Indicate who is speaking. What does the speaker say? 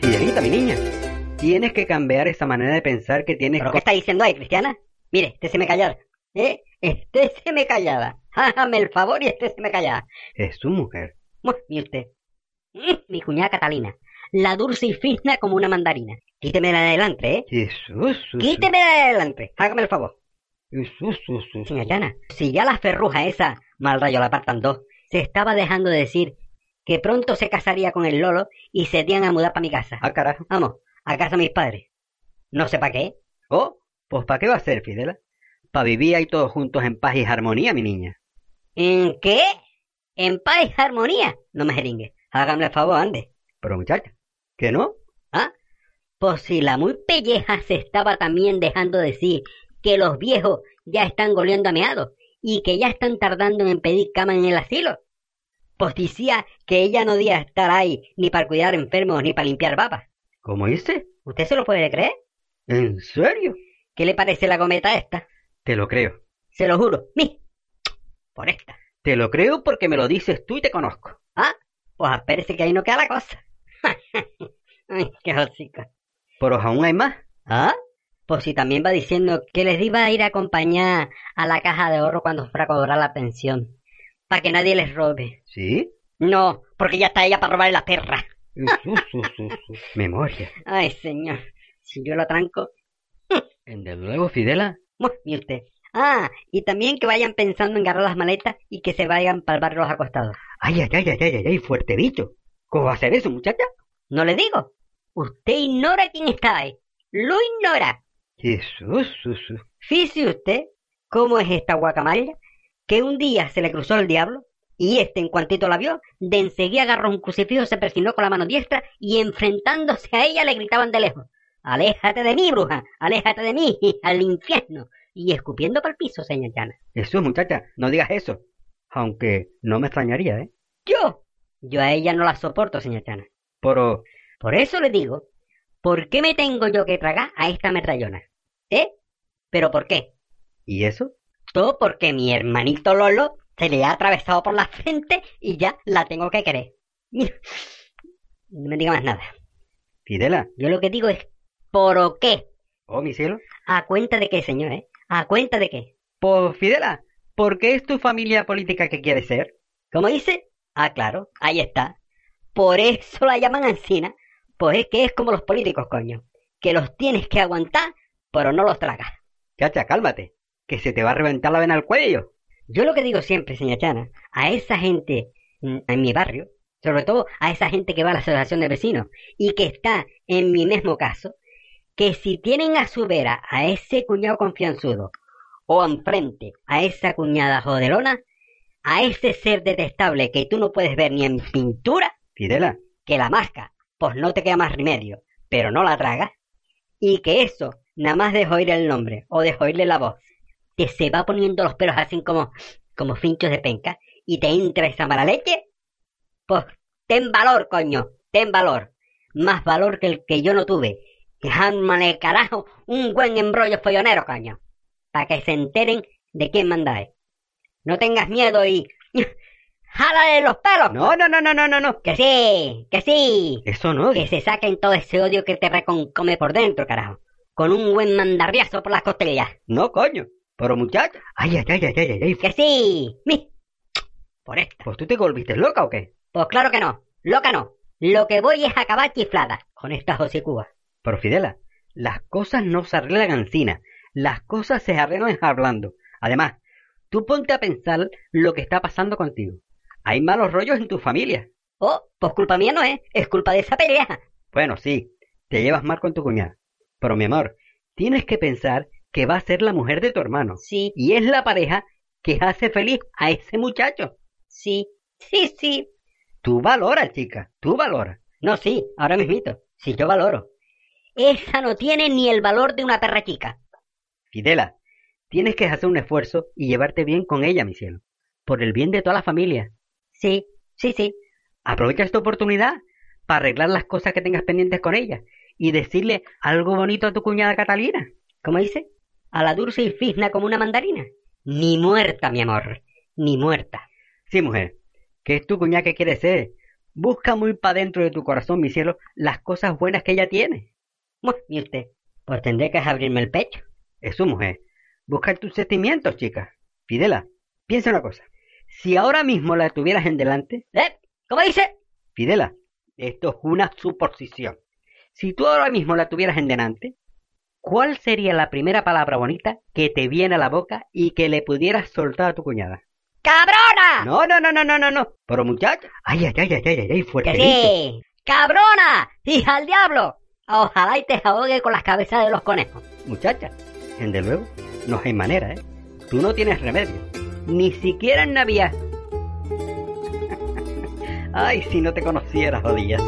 Speaker 1: Dianita, mi niña, tienes que cambiar esa manera de pensar que tienes...
Speaker 2: ¿Pero
Speaker 1: co-
Speaker 2: qué está diciendo ahí, Cristiana? Mire, este se me callaba. ¿Eh? Este se me callaba. Hágame el favor y este se me callaba.
Speaker 1: Es su mujer.
Speaker 2: Bueno, y usted. Mm, Mi cuñada Catalina. La dulce y fina como una mandarina. Quítemela de adelante, ¿eh?
Speaker 1: Jesús, su- su-
Speaker 2: Quítemela de adelante. Hágame el favor.
Speaker 1: Jesús, su- su- su-
Speaker 2: Señora Llana, si ya la ferruja esa, mal rayo la partan dos, se estaba dejando de decir que pronto se casaría con el Lolo y se irían a mudar para mi casa.
Speaker 1: Ah, carajo.
Speaker 2: Vamos, a casa de mis padres. No sé para qué.
Speaker 1: Oh, pues ¿para qué va a ser, Fidela? Para vivir ahí todos juntos en paz y armonía, mi niña.
Speaker 2: ¿En qué? ¿En paz y armonía? No me jeringue. Hágame el favor, ande.
Speaker 1: Pero muchacha, ¿que no?
Speaker 2: Pues si la muy pelleja se estaba también dejando decir que los viejos ya están goleando a meados y que ya están tardando en pedir cama en el asilo. Pues decía que ella no debía estar ahí ni para cuidar enfermos ni para limpiar papas.
Speaker 1: ¿Cómo hice?
Speaker 2: ¿Usted se lo puede creer?
Speaker 1: ¿En serio?
Speaker 2: ¿Qué le parece la cometa esta?
Speaker 1: Te lo creo.
Speaker 2: Se lo juro. Mi. Por esta.
Speaker 1: Te lo creo porque me lo dices tú y te conozco.
Speaker 2: Pues parece que ahí no queda la cosa. Ay, qué hocico.
Speaker 1: Pero aún hay más.
Speaker 2: ¿Ah? Pues si también va diciendo que les iba a ir a acompañar a la caja de ahorro cuando fuera a cobrar la pensión. Para que nadie les robe.
Speaker 1: ¿Sí?
Speaker 2: No, porque ya está ella para robarle la perra.
Speaker 1: Jesús, su- su- su- Memoria.
Speaker 2: Ay, señor. Si yo lo tranco.
Speaker 1: Desde luego, Fidela.
Speaker 2: Bueno, y usted. Ah, y también que vayan pensando en agarrar las maletas y que se vayan para el barrio los acostados.
Speaker 1: Ay, ay, ay, ay, ay, ay, ay, fuerte bicho. ¿Cómo va a ser eso, muchacha?
Speaker 2: No le digo. Usted ignora quién está ahí. Lo ignora.
Speaker 1: Jesús, su- su-
Speaker 2: Fíjese usted cómo es esta guacamaya que un día se le cruzó el diablo y este, en cuantito la vio, de enseguida agarró un crucifijo, se persinó con la mano diestra y enfrentándose a ella le gritaban de lejos, aléjate de mí, bruja, aléjate de mí, al infierno. Y escupiendo para el piso, señor Llana.
Speaker 1: Jesús, muchacha, no digas eso. Aunque no me extrañaría, ¿eh?
Speaker 2: Yo, yo a ella no la soporto, señor Llana.
Speaker 1: Pero,
Speaker 2: Por eso le digo, ¿por qué me tengo yo que tragar a esta metrallona? ¿Eh? ¿Pero por qué?
Speaker 1: ¿y eso?
Speaker 2: Todo porque mi hermanito Lolo se le ha atravesado por la frente y ya la tengo que querer. Mira, no me diga más nada.
Speaker 1: Fidela.
Speaker 2: Yo lo que digo es, ¿por qué?
Speaker 1: Oh, mi cielo.
Speaker 2: ¿A cuenta de qué, señor? Eh? ¿A cuenta de qué?
Speaker 1: Pues, Fidela, ¿por qué es tu familia política que quieres ser?
Speaker 2: ¿Cómo dice? Ah, claro, ahí está. Por eso la llaman Ancina, pues es que es como los políticos, coño. Que los tienes que aguantar, pero no los tragas.
Speaker 1: Chacha, cálmate, que se te va a reventar la vena al cuello.
Speaker 2: Yo lo que digo siempre, señora Chana, a esa gente mm, en mi barrio, sobre todo a esa gente que va a la asociación de vecinos y que está en mi mismo caso, que si tienen a su vera a ese cuñado confianzudo o enfrente a esa cuñada jodelona, a ese ser detestable que tú no puedes ver ni en pintura,
Speaker 1: Fidela,
Speaker 2: que la masca, pues no te queda más remedio, pero no la tragas, y que eso, nada más de oír el nombre o de oírle la voz, te se va poniendo los pelos así como, como finchos de penca, y te entra esa mala leche, pues ten valor, coño, ten valor, más valor que el que yo no tuve, dejándome carajo un buen embrollo follonero, coño, para que se enteren de quién mandáis. No tengas miedo y... ¡Jálale los pelos!
Speaker 1: No, no, no, no, no, no, no.
Speaker 2: Que sí, que sí.
Speaker 1: Eso no.
Speaker 2: Que se saquen todo ese odio que te reconcome por dentro, carajo. Con un buen mandarriazo por las costillas.
Speaker 1: No, coño. Pero muchacha. Ay, ay, ay, ay, ay, ay, ay.
Speaker 2: Que sí. Mi. Por esta.
Speaker 1: Pues tú te volviste loca o qué?
Speaker 2: Pues claro que no. Loca no. Lo que voy es a acabar chiflada con estas hocicúas.
Speaker 1: Pero Fidela, las cosas no se arreglan encina. Las cosas se arreglan hablando. Además, tú ponte a pensar lo que está pasando contigo. Hay malos rollos en tu familia.
Speaker 2: ¿eh? Oh, pues culpa mía no es. Es culpa de esa pelleja.
Speaker 1: Bueno, sí. te llevas mal con tu cuñada. Pero mi amor, tienes que pensar que va a ser la mujer de tu hermano.
Speaker 2: Sí,
Speaker 1: Y es la pareja que hace feliz a ese muchacho.
Speaker 2: sí, sí, sí.
Speaker 1: Tú valora, chica, tú valora.
Speaker 2: No, sí, ahora mismito. Sí, yo valoro. Esa no tiene ni el valor de una perra chica.
Speaker 1: Fidela, tienes que hacer un esfuerzo y llevarte bien con ella, mi cielo. Por el bien de toda la familia.
Speaker 2: Sí, sí, sí.
Speaker 1: Aprovecha esta oportunidad para arreglar las cosas que tengas pendientes con ella y decirle algo bonito a tu cuñada Catalina.
Speaker 2: ¿Cómo dice? A la dulce y fisna como una mandarina. Ni muerta, mi amor. Ni muerta.
Speaker 1: Sí, mujer, que es tu cuñada que quiere ser. Busca muy para dentro de tu corazón, mi cielo, las cosas buenas que ella tiene.
Speaker 2: Bueno, ¿Y usted? Pues tendré que abrirme el pecho.
Speaker 1: Es su mujer. Busca tus sentimientos, chica. Fidela, piensa una cosa. Si ahora mismo la tuvieras en delante,
Speaker 2: ¿Eh? ¿Cómo dice?
Speaker 1: Fidela, esto es una suposición. Si tú ahora mismo la tuvieras en delante, ¿cuál sería la primera palabra bonita que te viene a la boca y que le pudieras soltar a tu cuñada?
Speaker 2: ¡Cabrona!
Speaker 1: No, no, no, no, no, no, no. Pero muchacha, ay, ay, ay, ay, ay, ay, fuerte.
Speaker 2: ¡Que sí! ¡Cabrona! ¡Hija al diablo! Ojalá y te ahogue con las cabezas de los conejos.
Speaker 1: Muchacha, desde luego, no hay manera, ¿eh? Tú no tienes remedio. Ni siquiera en Navidad. Ay, si no te conocieras, jodillas.